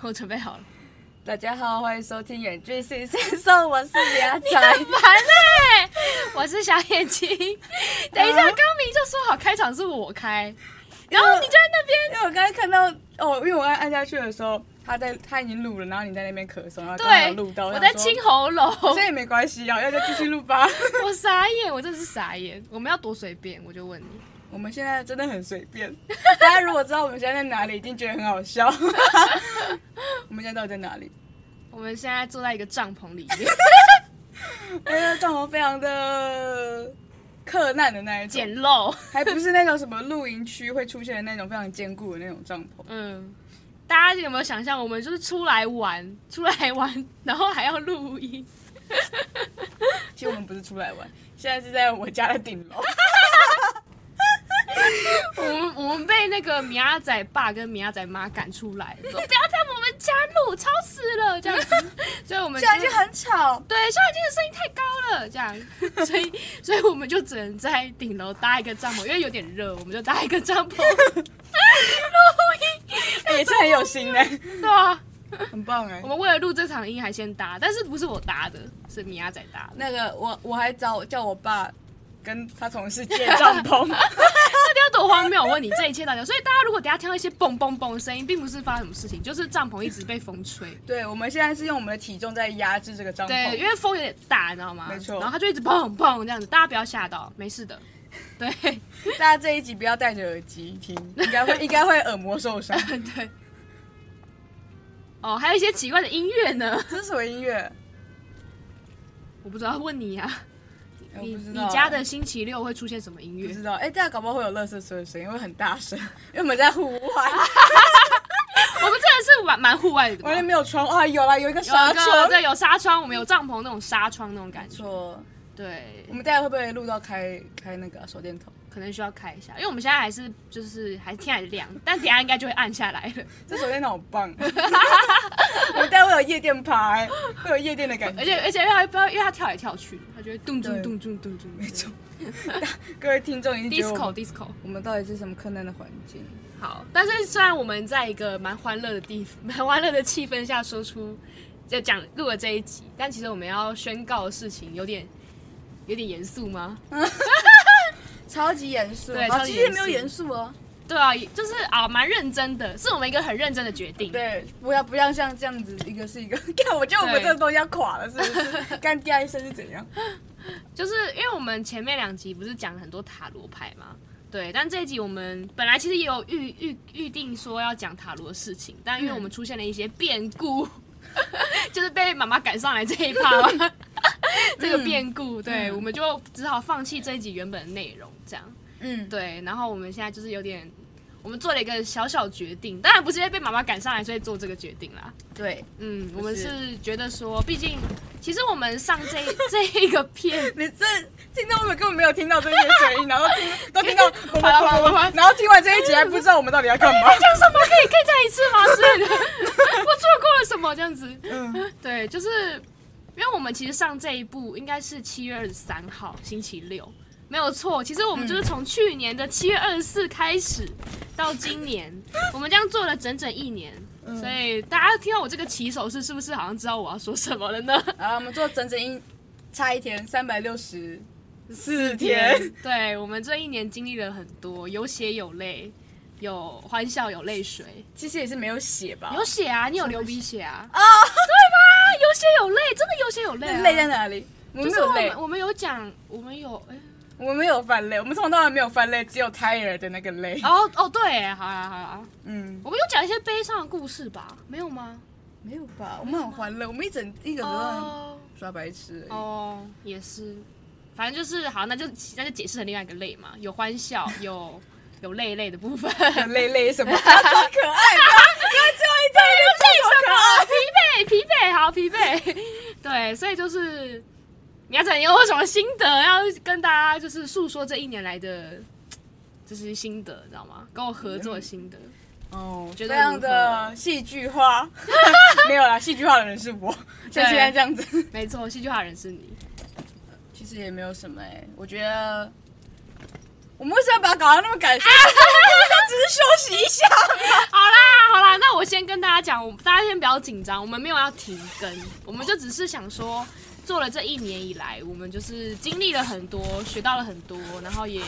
我准备好了。大家好，欢迎收听《远距新鲜送》，我是李阿仔。很烦嘞、我是小 眼睛。等一下，啊刚明就说好开场是我开，然后你就在那边。因为我刚才看到哦，因为我刚才按下去的时候，他在他已经录了，然后你在那边咳嗽，然后刚好有对，录到，我想在说清，喉咙，所以也没关系啊，要再继续录 吧。我傻眼，我真的是傻眼。我们要多随便，我就问你，我们现在真的很随便，大家如果知道我们现在在哪里，一定觉得很好 笑。我们现在到底在哪里？我们现在坐在一个帐篷里面，哎呀，帐篷非常的克难的那一种，简 陋。还不是那种什么露营区会出现的那种非常坚固的那种帐篷。嗯，大家有没有想象，我们就是出来玩，出来玩，然后还要录音？其实我们不是出来玩，现在是在我家的顶楼。我们我们被那个米亚仔爸跟米亚仔妈赶出来，说不要在我们家录，吵死了这样子。所以我们现在就就很 吵，对小眼睛的声音太高了，这样， 所以所以我们就只能在顶楼搭一个帐篷，因为有点热，我们就搭一个帐篷录音，哎、这很有心哎、对啊，很棒哎、我们为了录这场音还先搭，但是不是我搭的，是米亚仔搭 的。那个我我还找叫我爸跟他同事 借帐篷，到底要多荒谬？我问你，这一切到底有？所以大家如果等一下听到一些嘣嘣嘣的声音，并不是发生什么事情，就是帐篷一直被风吹。对，我们现在是用我们的体重在压制这个帐对，篷。因为风有点大，你知道吗？没错然后它就一直砰砰这样子，大家不要吓到，没 事的。对 大家这一集不要戴着耳机听，应该会应该会耳膜受伤。对。哦，还有一些奇怪的音乐呢，这是什么音乐？我不知道，问你啊，哎你我不知道你家的星期六会出现什么音不乐？知道，哎、大家搞不好会有垃圾车的声音，会很大声，因为我们在户外，啊我们真的是蛮蛮户外的吧，完全没有窗啊，有啦，有一个有纱一个窗。对有纱窗，我们有帐篷那种纱窗那种感觉。错，对我，们大家会不会录到开开那个啊手电筒？可能需要开一下，因为我们现在还是就是还天还亮，但等一下应该就会暗下来了。这手电筒好 棒，我们待会有夜店趴、欸，会有夜店的感觉。而且而且因为它不知道，因为它跳来跳去，它就会咚咚对咚咚咚咚，没错各位听众已经觉得我们呃，disco disco。我们到底是什么困难的环境？好，但是虽然我们在一个蛮欢乐的地、蛮欢乐的气氛下说出，就讲录了这一集，但其实我们要宣告的事情有点有点严肃吗？超级严肃，对啊超级其实也严肃没有严肃哦。对啊，就是啊，蛮认真的，是我们一个很认真的决定。对，不要不要像这样子，一个是一个。 看，我觉得我们对这个东西要垮了，是不是？干第二声是怎样？就是因为我们前面两集不是讲了很多塔罗牌嘛，对，但这一集我们本来其实也有预预预定说要讲塔罗的事情，但因嗯为我们出现了一些变故， 就是被妈妈赶上来这一趴 嘛，这个变嗯故，对，我们就只好放弃这一集原本的内容，这样，嗯，对，然后我们现在就是有点。我们做了一个小小决定，当然不是因为被妈妈赶上来，所以做这个决定啦。对。嗯，我不们是是觉得说，毕竟其实我们上这一 这一个片你这听众们根本没有听到这些声音，然后 听都听到我好了好了好了然后听完这一集还不知道我们到底要干嘛。讲什么？可以可以再一次吗？之类的，我错过了什么？这样子，嗯，对，就是因为我们其实上这一部应该是七月二十三号星期六，没有错。其实我们就是从去年的七月二十四开始到今年，我们这样做了整整一年。所以大家听到我这个起手式，是不是好像知道我要说什么了呢？好，我们做整整一差一天三百六十四天，，对我们这一年经历了很多，有血有泪，有欢笑有泪水，其实也是没有写吧？有血啊，你有流鼻血啊？ 啊，对吧？有血有泪，真的有血有泪、啊。累在哪里？我们就没是我有累们，我们有讲，我们有哎、我们没有翻累，我们从头到尾没有翻累，只有 tired 的那个累。哦哦对，好啦好啦，嗯，我们有讲一些悲伤的故事吧？没有吗？没有吧？我们很欢乐，我们一整一个都在哦耍白痴而已。哦，也是，反正就是好，那就那就解释成另外一个泪嘛，有欢笑， 有有泪泪的部分，很累累什么？ 他装可爱，不要最后一段又 装可爱。疲惫疲惫， 好疲惫，对，所以就是苗仔，你有什么心得要跟大家就是诉说这一年来的？就是心得，你知道吗？跟我合作的心得，哦，觉这得样的戏剧 化，没有啦，戏剧化的人是我，像现在这样子。没错，戏剧化人是你。其实也没有什么哎、我觉得我们为什么要 把它搞得那么感伤？只是休息一下。好啦，好啦，那我先跟大家讲，我大家先不要紧张，我们没有要停更，我们就只是想说，做了这一年以来，我们就是经历了很多，学到了很多，然后也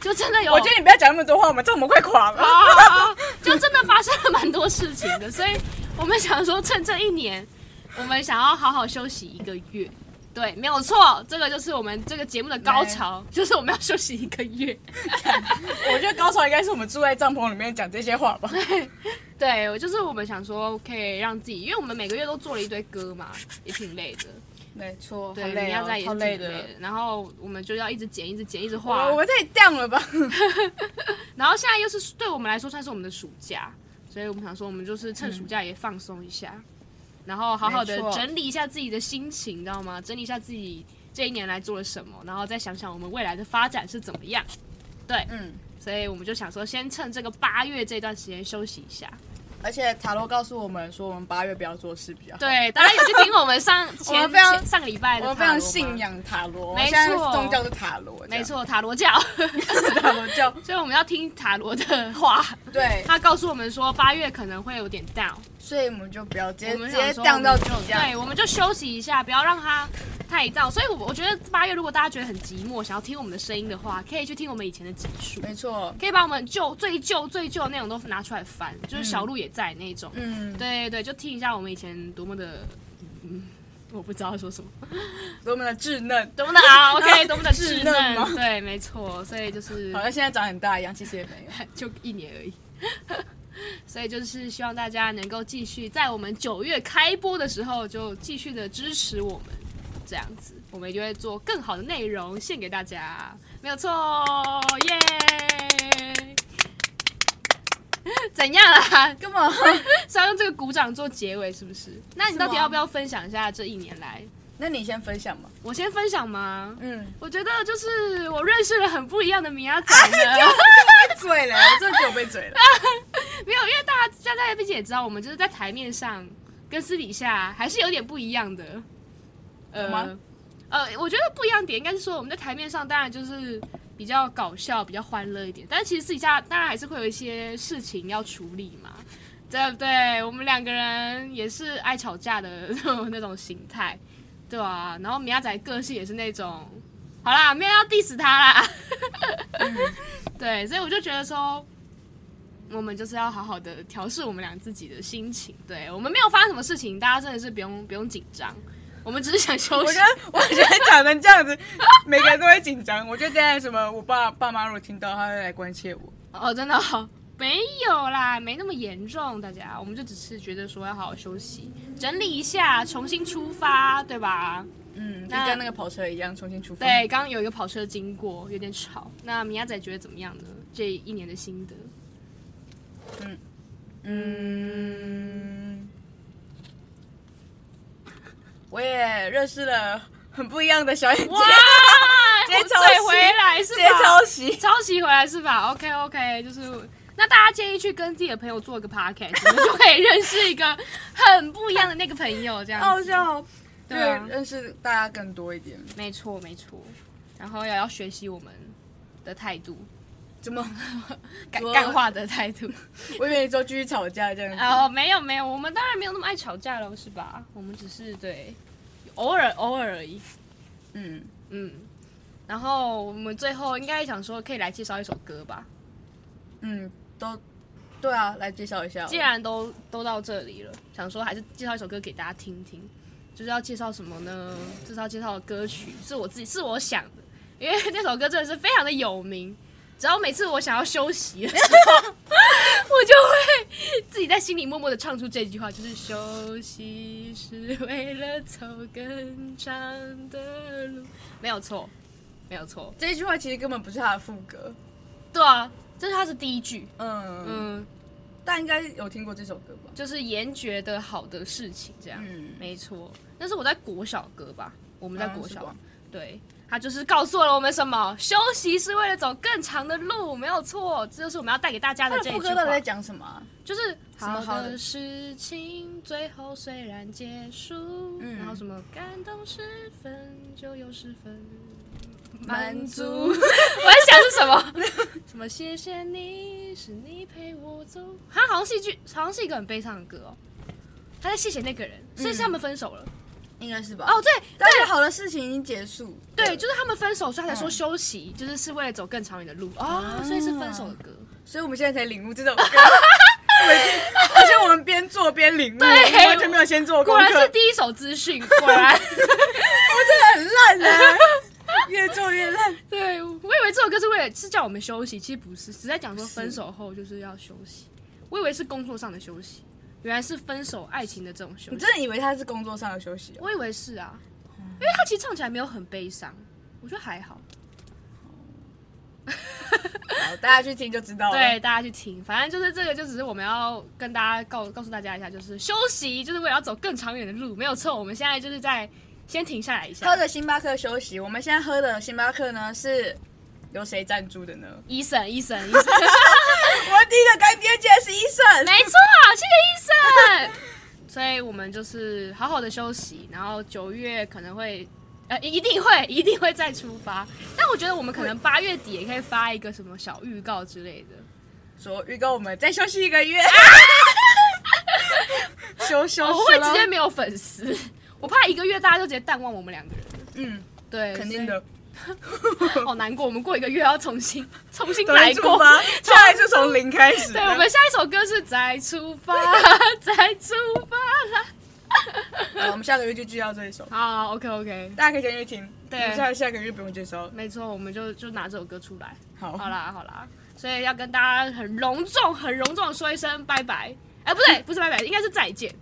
就真的有，我觉得你不要讲那么多话，我们这我们快垮了。啊，就真的发生了蛮多事情的，所以我们想说，趁这一年，我们想要好好休息一个月。对，没有错，这个就是我们这个节目的高潮，就是我们要休息一个月。我觉得高潮应该是我们住在帐篷里面讲这些话吧。对，我就是我们想说，可以让自己，因为我们每个月都做了一堆歌嘛，也挺累的。 没错，好对，累、你要在哦，也超挺累累的。然后我们就要一直剪，一直剪，一直画。我我太荡 了吧？然后现在又是对我们来说算是我们的暑假，所以我们想说，我们就是趁暑假也放松一下，然后好好的没错嗯整理一下自己的心情，你知道吗？整理一下自己这一年来做了什么，然后再想想我们未来的发展是怎么样。嗯，所以我们就想说，先趁这个八月这段时间休息一下。而且塔罗告诉我们说，我们八月不要做事比较好。对，大家也去听 我们上前非常前上个礼拜的，我们非常信，仰塔罗，没错现在宗教是塔罗，这样没，错，塔罗教， 塔罗教。所以我们要听塔罗 的话，对，他告诉我们说八月可能会有点 down。所以我们就不要直接我直们接想说荡到我底们就下。对，我们就休息一下，不要让它太燥。所以我，我觉得八月如果大家觉得很寂寞，想要听我们的声音的话，可以去听我们以前的集数，没错，可以把我们旧最旧最旧的内容都拿出来翻，就是小鹿也在那种。嗯，对对，就听一下我们以前多么的，嗯，我不知道说什么，多么的稚嫩。多么的啊，OK，多么的 稚稚嫩吗嫩，对，没错，所以就是好像现在长很大一样，其实也 没有。就一年而已。 所以就是希望大家能够继续在我们九月开播的时候就继续的支持我们，这样子我们就会做更好的内容献给大家，没有错，耶！ 怎样啦？干嘛？ 是要用这个鼓掌做结尾是不是？那你到底是吗要不要分享一下这一年来？那你先分享嘛。我先分享吗？嗯，我觉得就是我认识了很不一样的米亚仔呢。 被嘴了，我真的给我被嘴了。 没有，因为大家大家毕竟也知道，我们就是在台面上跟私底下还是有点不一样的。有吗呃，我觉得不一样点应该是说，我们在台面上当然就是比较搞笑、比较欢乐一点，但是其实私底下当然还是会有一些事情要处理嘛，对不对？我们两个人也是爱吵架的那种那种形态，对啊？然后米亚仔个性也是那种，好啦，没有要 diss 他啦，嗯 对，所以我就觉得说，我们就是要好好的调试我们俩自己的心情。对我们没有发生什么事情，大家真的是不用不用紧张，我们只是想休我息觉。 得，我觉得讲成这样子，每个人都会紧张。我觉得现在什么，我爸爸妈如果听到，他会来关切我。 哦，真的、哦、没有啦，没那么严重，大家，我们就只是觉得说要好好休息，整理一下，重新出发，对吧？嗯，就那跟那个跑车一样，重新出发。对，刚刚有一个跑车经过，有点吵。那米亚仔觉得怎么样呢？这一年的心得？嗯，我也认识了很不一样的小 眼睛，哇，直接我们抄嘴袭回来是直吧？接抄袭。抄袭回来是吧？OK OK，就是那大家建议去跟自己的朋友做一个 podcast，你们就可以认识一个很不一样的那个朋友，这样好子。笑哦，对啊认识大家更多一点。没错没错，然后也要学习我们的态度，怎么？ 干我干话的态度。我以为你说继续吵架这样子。哦，没有没有，我们当然没有那么爱吵架了，是吧？我们只是对偶尔偶尔而已，嗯，嗯。然后我们最后应该想说，可以来介绍一首歌吧。嗯，都对啊，来介绍一下。既然都都到这里了，想说还是介绍一首歌给大家听听，就是要介绍什么呢？就是要介绍的歌曲是我自己是我想的，因为 那首歌真的是非常的有名。只要每次我想要休息的时候， 我就会自己在心里默默的唱出这句话，就是休息是为了走更长的路，没有错，没有错，这一句话其实根本不是他的副歌，对啊，这是它是第一句，嗯，嗯，大家应该有听过这首歌吧？就是严觉得好的事情这样，嗯，没错，那是我在国小歌吧？我们在国好小，像是吧对，他就是告诉了我们什么？休息是为了走更长的路，没有错，这就是我们要带给大家的他这的一副句歌到底话在，讲什么啊？就是什么好好的的事情最后虽然结束，嗯然后什么感动十分就有十分。满满足足，我在想是什么？ 什么谢谢你，是你陪我走。它好像是一句，好像是一个很悲伤的歌哦。他在谢谢那个人，所以是他们分手了。应该是吧？哦，，对但是对好的事情已经结束。对，就是他们分手，所以他才说休息，就是是为了走更长远的路哦，所以是分手的歌。所以我们现在才领悟这首歌。 而且我们边做边领悟，我们完全没有先做功果课，然是第一手资讯，果然，很烂 啊，越做越烂。对我以为这首歌是为了是叫我们休息，其实不是，只在讲说分手后就是要休息。我以为是工作上的休息，原来是分手爱情的这种休你息。真的以为他是工作上的休息、哦？我以为是啊，因为他其实唱起来没有很悲伤，我觉得还好。好，大家去听就知道了。对，大家去听，反正就是这个，就只是我们要跟大家告告诉大家一下，就是休息，就是为了要走更长远的路，没有错。我们现在就是在先停下来一喝下。着星巴克休息。我们现在喝的星巴克呢是由谁赞助的呢？医生，医 生，医生，我第一个干爹竟然是医生。没错，谢谢医生。所以我们就是好好的休息，然后九月可能会，呃，一定会，一定会再出发。但我觉得我们可能八月底也可以发一个什么小预告之类的。说预告我们再休息一个月。 休休，我会休直接没有粉丝，我怕一个月大家就直接淡忘我们两个人。嗯，对，肯定的， 所以好难过。我们过一个月要重新重新重来新出过。发，现在是从零开始。对，我们下一首歌是《再出发》， 再出发。好我们下个月就介绍这一首，好，OK OK，大家可以先去听。对我们下下个月不用介绍。没错，我们就就拿这首歌出来。好，好啦，好啦，所以要跟大家很隆重、很隆重的说一声拜拜。哎，不对，不是拜拜，应该是再见。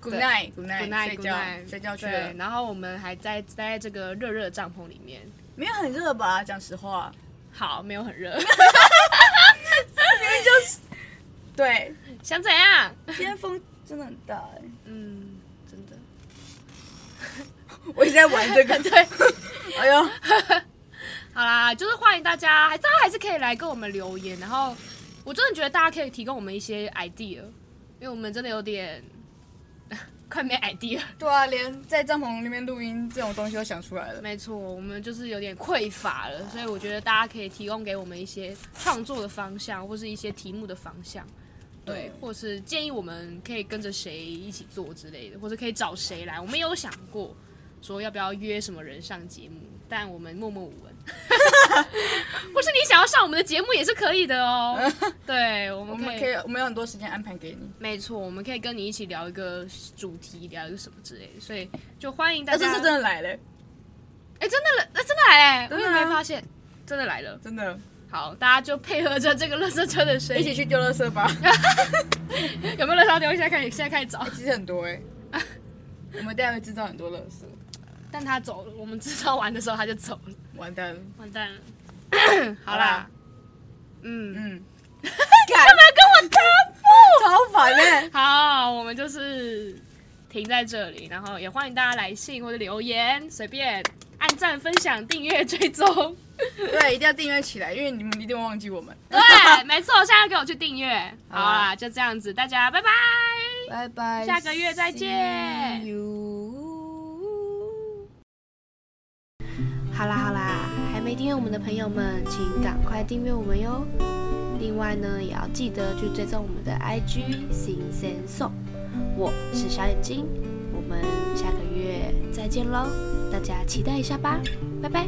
，Good night，Good Good night， night，哎睡 Good 觉 night，睡觉去了对，。然后我们还在待在这个热热的帐篷里面。没有很热吧？讲实话，好，没有很热， 对，想怎样？今天风真的很大哎。嗯，真的。 我一直在玩这 个，对，哎呦， 好啦，就是欢迎大家，大家还是可以来跟我们留言。然后，我真的觉得大家可以提供我们一些 idea，因为我们真的有点 快没 idea。对啊，连在帐篷里面录音这种东西都想出来了。没错，我们就是有点匮乏了，所以我觉得大家可以提供给我们一些创作的方向，或是一些题目的方向，对，嗯或是建议我们可以跟着谁一起做之类的，或者可以找谁来。我们也有想过说要不要约什么人上节目，但我们默默无 闻。或是你想要上我们的节目也是可以的哦。 对，我我们可们以，可以，我们有很多时间安排给你，没错，我们可以跟你一起聊一个主题，聊一个什么之类的，所以就欢迎大但家。这次真的来了，哎、真的了，那真的来哎、真我的也啊没发现，真的来了。真的，好，大家就配合着这个垃圾车的声一音，起去丢垃圾吧。 哎有没有垃圾丢？现在开始，现在开始找。其实很多哎、我们待会制造很多垃圾，但他走了，我们制造完的时候他就走了，完蛋了。完 蛋了。好好啦啦，嗯，嗯， 干嘛跟我重复？超烦哎、好，我们就是停在这里，然后也欢迎大家来信或者留言，随便按赞、分享、订阅、追踪。对，一定要订阅起来，因为你们一定会忘记我们。对，没错，现在给我去订阅。好好啊啦，就这样子，大家拜拜。拜拜，下个月再见 See you 好啦好啦，还没订阅我们的朋友们，请赶快订阅我们哟。另外呢，也要记得去追踪我们的 IG 新鲜送。我是小眼睛，我们下个月再见喽，大家期待一下吧，拜拜。